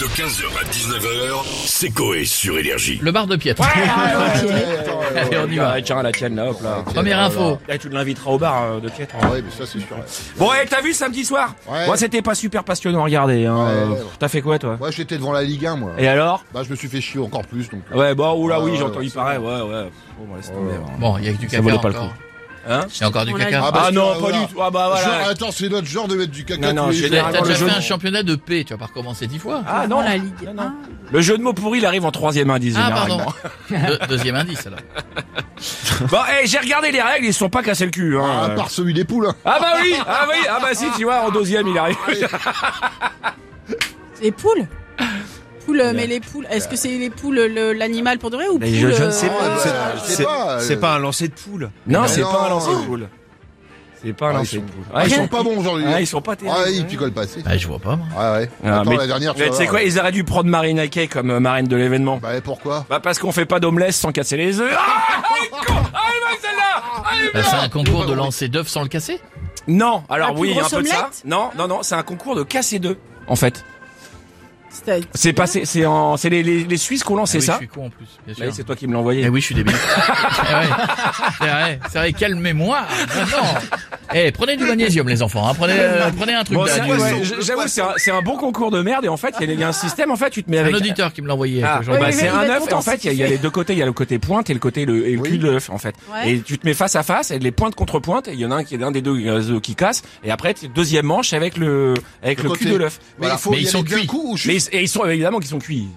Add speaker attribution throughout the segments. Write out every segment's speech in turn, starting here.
Speaker 1: De 15h à 19h, c'est Coé sur Énergie.
Speaker 2: Le bar de Pietre. Allez, on y va.
Speaker 3: tiens, la tienne, là, hop, là.
Speaker 2: Première info.
Speaker 3: Eh, tu l'inviteras au bar euh, de Pietre. hein.
Speaker 4: Ouais, mais ça c'est sûr. ouais.
Speaker 3: Bon, eh, t'as vu samedi soir
Speaker 4: Ouais.
Speaker 3: Moi, c'était pas super passionnant à regarder. Hein.
Speaker 4: Ouais.
Speaker 3: Euh, T'as fait quoi, toi
Speaker 4: Moi j'étais devant la Ligue 1 moi.
Speaker 3: Et alors
Speaker 4: Bah je me suis fait chier encore plus donc. euh,
Speaker 3: Ouais, bon, oula,
Speaker 4: Ouais,
Speaker 3: oui,
Speaker 4: ouais,
Speaker 3: j'entends,
Speaker 4: ouais,
Speaker 3: il
Speaker 4: c'est
Speaker 3: paraît, ouais, ouais. Bon, bah, laisse tomber. hein.
Speaker 2: Bon, il y a que du caca
Speaker 3: valait pas le
Speaker 2: encore.
Speaker 3: Hein
Speaker 2: Il y a encore du
Speaker 5: On l'a
Speaker 2: caca.
Speaker 4: parce
Speaker 3: Ah
Speaker 4: que,
Speaker 3: non,
Speaker 4: euh,
Speaker 3: pas
Speaker 4: voilà.
Speaker 3: du tout. Ah bah voilà.
Speaker 4: Genre, attends, c'est notre genre de mettre du caca
Speaker 3: Non, non,
Speaker 4: tous les
Speaker 3: je
Speaker 4: jours. Ah,
Speaker 3: vais
Speaker 2: bah, T'as t'as
Speaker 3: le
Speaker 2: déjà
Speaker 3: jeu
Speaker 2: fait
Speaker 3: de
Speaker 2: un
Speaker 3: mots.
Speaker 2: championnat de paix, tu vas pas recommencer dix fois.
Speaker 3: Ah non,
Speaker 5: la Ligue
Speaker 3: non, non.
Speaker 5: 1.
Speaker 3: Le jeu de mots pourri, il arrive en troisième indice.
Speaker 2: Ah,
Speaker 3: généralement.
Speaker 2: pardon. Deux- deuxième indice, alors.
Speaker 3: Bon, eh, j'ai regardé les règles, ils se sont pas cassés le cul. Hein.
Speaker 4: Ah, à part celui des poules. hein.
Speaker 3: Ah bah oui, ah oui, ah bah si, tu vois, en deuxième, il
Speaker 4: Ah,
Speaker 3: arrive.
Speaker 5: Les poules Poules, euh, mais les poules, est-ce que c'est les poules, le- l'animal pour de vrai ou poules
Speaker 6: Mais je, je ne sais
Speaker 4: euh,
Speaker 6: pas.
Speaker 4: ouais,
Speaker 6: C'est-
Speaker 4: je sais
Speaker 6: c'est-
Speaker 4: pas, euh.
Speaker 6: C'est pas un lancer de poule.
Speaker 3: Non,
Speaker 4: Mais
Speaker 3: c'est
Speaker 4: non.
Speaker 3: pas un lancer de poule. C'est pas un
Speaker 4: Ah, ils
Speaker 3: lancer
Speaker 4: sont,
Speaker 3: de poule.
Speaker 4: ah, ils
Speaker 3: Ah,
Speaker 4: sont pas bons aujourd'hui.
Speaker 3: Ah, ils sont pas terribles.
Speaker 4: Ah, ils picolent pas assez.
Speaker 2: Bah, je vois pas, moi.
Speaker 4: Ah ouais.
Speaker 3: Ah,
Speaker 4: Attends
Speaker 3: mais-
Speaker 4: la dernière.
Speaker 3: Mais
Speaker 4: ça
Speaker 3: tu sais
Speaker 4: va.
Speaker 3: quoi, ils auraient dû prendre Marine Hackey comme euh, marraine de l'événement.
Speaker 4: Bah et pourquoi
Speaker 3: Bah parce qu'on fait pas d'omelette sans casser les œufs. Ah, elle est con Ah, elle est bonne, celle-là Ah, elle est
Speaker 2: Bah,
Speaker 3: bien
Speaker 2: c'est un concours de lancer d'œufs sans le casser
Speaker 3: Non, alors
Speaker 5: La plus
Speaker 3: oui, il y a un
Speaker 5: grosse
Speaker 3: peu de ça.
Speaker 5: omelette
Speaker 3: Non, non, non, c'est un concours de casser deux, en fait.
Speaker 5: C'est-
Speaker 3: C'est passé, c'est en, c'est les, les, les Suisses qu'on lancé
Speaker 2: Ah oui,
Speaker 3: ça.
Speaker 2: Je suis con en plus, bien
Speaker 3: Bah oui, c'est
Speaker 2: sûr.
Speaker 3: toi qui me
Speaker 2: Eh
Speaker 3: l'envoyais.
Speaker 2: oui, je suis débile. Eh ouais. C'est vrai, c'est vrai, quelle mémoire. Ah non. Eh, prenez du magnésium, les enfants. hein. Prenez, euh, prenez un truc.
Speaker 3: Bon,
Speaker 2: là,
Speaker 3: c'est-
Speaker 2: du-
Speaker 3: ouais, j- j'avoue, c'est un, c'est un bon concours de merde et en fait, il y a- il y, a un système. En fait, tu te mets
Speaker 2: un
Speaker 3: avec.
Speaker 2: auditeur qui me l'a envoyé.
Speaker 3: Ah,
Speaker 2: que je
Speaker 5: Oui,
Speaker 3: bah,
Speaker 2: regarde.
Speaker 5: oui, oui,
Speaker 3: c'est
Speaker 5: il
Speaker 3: un
Speaker 5: va être
Speaker 3: œuf et en
Speaker 5: content,
Speaker 3: fait il y, a- il y a les deux côtés, il y a le côté pointe et le côté le, et le
Speaker 4: Oui.
Speaker 3: cul de l'œuf en fait.
Speaker 5: Ouais.
Speaker 3: Et tu te mets face à face et les pointes contre pointe et il y en a un qui est l'un des deux euh, qui casse et après t'es deuxième manche avec le avec
Speaker 4: Le
Speaker 3: le,
Speaker 4: côté.
Speaker 3: cul de l'œuf.
Speaker 4: Mais
Speaker 3: Voilà.
Speaker 4: il faut
Speaker 2: Mais
Speaker 4: y
Speaker 2: ils
Speaker 4: aller
Speaker 2: sont
Speaker 4: d'un
Speaker 2: cuits.
Speaker 4: coup ou je
Speaker 3: Mais ils- et ils sont évidemment qu'ils sont cuits.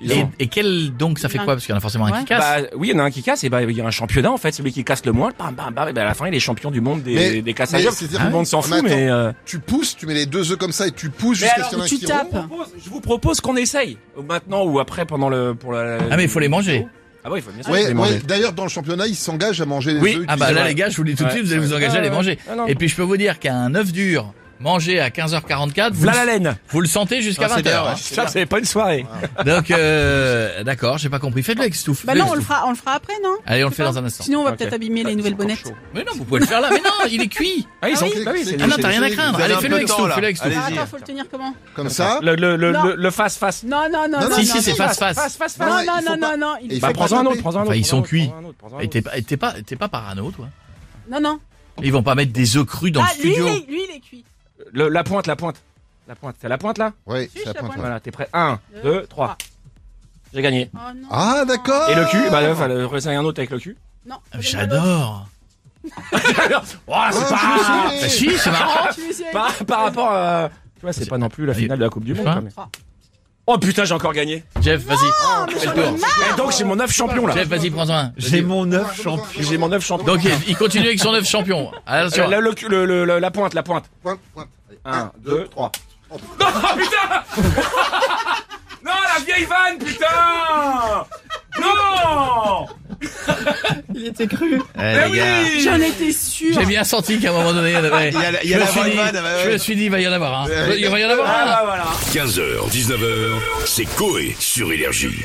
Speaker 3: Ils
Speaker 2: Et,
Speaker 3: ont-
Speaker 2: et quel, donc, ça fait quoi? Parce qu'il y en a forcément un qui
Speaker 5: Ouais.
Speaker 2: casse.
Speaker 3: Bah, oui, il y en a un qui casse et bah il y a un championnat en fait, celui qui casse le moins, bam bam bam et bah, à la fin il est champion du monde des
Speaker 4: Mais-
Speaker 3: des cassages.
Speaker 4: mais
Speaker 3: d'œufs. Tout
Speaker 4: c'est-à-dire- Ah,
Speaker 3: le monde s'en
Speaker 4: Mais
Speaker 3: fout
Speaker 4: attends.
Speaker 3: mais euh,
Speaker 4: tu pousses, tu mets les deux œufs comme ça et tu pousses jusqu'à ce qu'il y en ait un
Speaker 5: tu
Speaker 4: qui
Speaker 5: tapes.
Speaker 4: rompt.
Speaker 3: je vous propose qu'on essaye euh, maintenant ou après pendant le pour la
Speaker 2: Ah, mais il faut les manger.
Speaker 3: Ah oui, il faut bien sûr
Speaker 4: Ouais,
Speaker 3: les
Speaker 4: ouais.
Speaker 3: manger.
Speaker 4: D'ailleurs dans le championnat ils s'engagent à manger les
Speaker 3: Oui.
Speaker 4: œufs.
Speaker 2: Ah bah
Speaker 4: utilisés.
Speaker 2: là les gars, je vous le dis tout de
Speaker 3: Ouais.
Speaker 2: suite, vous allez vous engager à les
Speaker 3: Ah,
Speaker 2: manger.
Speaker 3: ah, non.
Speaker 2: Et puis je peux vous dire qu'un œuf dur mangé à 15h44, vous,
Speaker 3: V'là la laine.
Speaker 2: vous le sentez jusqu'à
Speaker 6: Ah, c'est
Speaker 2: 20h.
Speaker 6: bien,
Speaker 2: hein.
Speaker 3: Ça c'est pas une soirée.
Speaker 2: Donc euh, d'accord, j'ai pas compris. Faites-le avec Stouff.
Speaker 5: Bah
Speaker 2: Faites-le
Speaker 5: non, on le
Speaker 2: avec
Speaker 5: fera, on le fera après, non
Speaker 2: Stouff. Allez, on le
Speaker 5: Je sais
Speaker 2: fait
Speaker 5: pas.
Speaker 2: dans un instant.
Speaker 5: Sinon, on va
Speaker 3: Ok. Bah,
Speaker 5: peut-être abîmer les nouvelles bonnettes.
Speaker 2: Mais non, vous pouvez le faire là. Mais non, il est cuit.
Speaker 3: Ah, ils
Speaker 5: Ah
Speaker 3: sont
Speaker 5: oui
Speaker 3: ah oui, c'est
Speaker 2: Ah non,
Speaker 3: des-
Speaker 2: t'as rien à craindre.
Speaker 6: Vous avez
Speaker 2: Allez,
Speaker 6: un
Speaker 2: fais-le
Speaker 6: peu
Speaker 2: avec
Speaker 6: de temps,
Speaker 2: Stouff.
Speaker 6: là.
Speaker 2: Fais-le avec Stouff.
Speaker 5: Ah,
Speaker 6: Allez-y.
Speaker 5: attends, faut le tenir comment
Speaker 4: Comme ça.
Speaker 3: Le, le, le,
Speaker 5: Non.
Speaker 3: le, le face face.
Speaker 5: Non, non,
Speaker 4: Non,
Speaker 5: non, non.
Speaker 4: non,
Speaker 2: Si
Speaker 5: non,
Speaker 2: si, c'est
Speaker 5: non.
Speaker 2: face face.
Speaker 3: Face face
Speaker 4: Non,
Speaker 3: face.
Speaker 5: Non, non,
Speaker 4: il faut
Speaker 5: non,
Speaker 4: pas-
Speaker 5: non, non, il-
Speaker 4: Et il
Speaker 3: Bah
Speaker 4: fait
Speaker 3: prends
Speaker 4: pas
Speaker 3: un
Speaker 4: taper.
Speaker 3: autre, prends un autre.
Speaker 2: Enfin, ils
Speaker 3: prends
Speaker 2: sont
Speaker 3: un autre,
Speaker 2: cuits.
Speaker 3: prends un autre, prends un
Speaker 2: Et
Speaker 3: autre.
Speaker 2: t'es pas, et t'es pas, t'es pas parano toi.
Speaker 5: Non, non.
Speaker 2: Ils vont pas mettre des œufs crus dans
Speaker 5: Ah,
Speaker 2: le
Speaker 5: lui,
Speaker 2: studio.
Speaker 5: il est- lui, il est cuit.
Speaker 3: Le- La pointe, la pointe. La pointe, c'est la pointe là
Speaker 4: Ouais, c'est
Speaker 5: Si,
Speaker 4: la
Speaker 5: je la
Speaker 4: pointe.
Speaker 5: pointe.
Speaker 4: ouais.
Speaker 3: Voilà, t'es prêt 1,
Speaker 5: Deux,
Speaker 3: 2, 3.
Speaker 5: trois.
Speaker 3: J'ai gagné.
Speaker 5: Oh, non.
Speaker 4: Ah d'accord.
Speaker 3: Et le cul Bah, enfin, le ressayer un autre avec le cul.
Speaker 5: Non.
Speaker 2: Ah, J'adore.
Speaker 3: Oh, c'est
Speaker 4: Ah,
Speaker 3: pas.
Speaker 4: je me
Speaker 2: Bah
Speaker 4: suis dit.
Speaker 2: si, c'est marrant.
Speaker 5: Tu veux essayer
Speaker 3: Par, par rapport à. Tu vois, c'est pas non plus la finale de la Coupe du Monde.
Speaker 2: Hein
Speaker 3: quoi, mais-
Speaker 5: Trois.
Speaker 3: Oh putain, j'ai encore
Speaker 5: Ah,
Speaker 3: gagné.
Speaker 2: Jeff, vas-y. Fais le tour.
Speaker 3: Et donc, j'ai mon 9 champion là.
Speaker 2: Jeff, vas-y, prends-en un.
Speaker 6: J'ai mon œuf champion.
Speaker 3: J'ai mon 9 champion.
Speaker 2: Donc il- il continue avec son œuf champion. Attention.
Speaker 3: Le- le cul- le- le- le- la pointe, la pointe.
Speaker 4: Pointe, pointe. Allez,
Speaker 3: 1, 2, 3.
Speaker 4: Oh,
Speaker 3: Non, putain Non, la vieille vanne, putain Non
Speaker 5: Il était cru.
Speaker 6: Eh, les gars.
Speaker 5: J'en étais sûr.
Speaker 2: J'ai bien senti qu'à un moment donné, il y en avait.
Speaker 6: Il y a la- il y a
Speaker 2: Je me
Speaker 6: la
Speaker 2: suis
Speaker 6: bonne
Speaker 2: dit-
Speaker 6: vanne, ouais, ouais. Ah,
Speaker 2: Je me suis dit, il va y en avoir un. Il va y en avoir un.
Speaker 3: Ah bah voilà
Speaker 1: 15h, 19h, c'est Coé sur Énergie.